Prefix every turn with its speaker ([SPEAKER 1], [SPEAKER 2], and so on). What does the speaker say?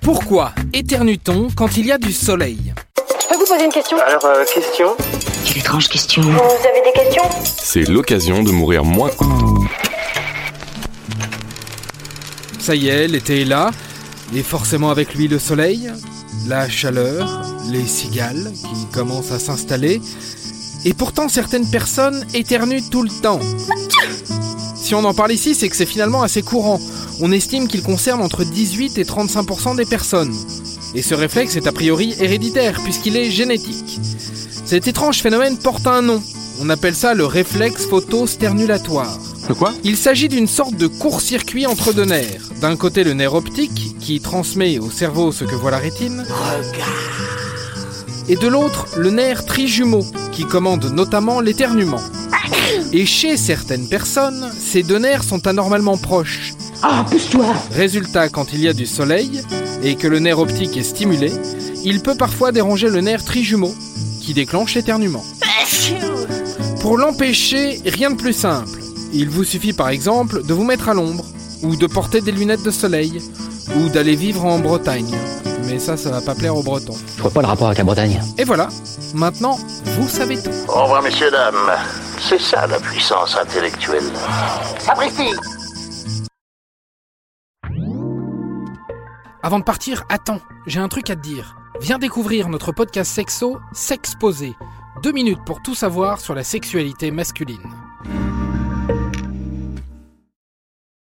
[SPEAKER 1] Pourquoi éternue-t-on quand il y a du soleil
[SPEAKER 2] Je peux vous poser une question
[SPEAKER 3] Alors, euh, question
[SPEAKER 4] Quelle étrange question.
[SPEAKER 2] Vous avez des questions
[SPEAKER 5] C'est l'occasion de mourir moins.
[SPEAKER 1] Ça y est, l'été est là, et forcément avec lui le soleil, la chaleur, les cigales qui commencent à s'installer, et pourtant certaines personnes éternuent tout le temps. Si on en parle ici, c'est que c'est finalement assez courant. On estime qu'il concerne entre 18 et 35% des personnes. Et ce réflexe est a priori héréditaire, puisqu'il est génétique. Cet étrange phénomène porte un nom. On appelle ça le réflexe photosternulatoire.
[SPEAKER 6] Le quoi
[SPEAKER 1] Il s'agit d'une sorte de court-circuit entre deux nerfs. D'un côté le nerf optique, qui transmet au cerveau ce que voit la rétine. Et de l'autre, le nerf trijumeau, qui commande notamment l'éternuement. Et chez certaines personnes, ces deux nerfs sont anormalement proches.
[SPEAKER 4] Ah, pousse-toi
[SPEAKER 1] Résultat, quand il y a du soleil et que le nerf optique est stimulé, il peut parfois déranger le nerf trijumeau, qui déclenche l'éternuement.
[SPEAKER 4] Bah,
[SPEAKER 1] Pour l'empêcher, rien de plus simple. Il vous suffit par exemple de vous mettre à l'ombre, ou de porter des lunettes de soleil, ou d'aller vivre en Bretagne. Mais ça, ça va pas plaire aux Bretons.
[SPEAKER 4] Je vois pas le rapport avec la Bretagne.
[SPEAKER 1] Et voilà, maintenant, vous savez tout.
[SPEAKER 3] Au revoir, messieurs, dames. C'est ça la puissance intellectuelle. Sapristi
[SPEAKER 1] Avant de partir, attends, j'ai un truc à te dire. Viens découvrir notre podcast sexo, S'exposer. Deux minutes pour tout savoir sur la sexualité masculine.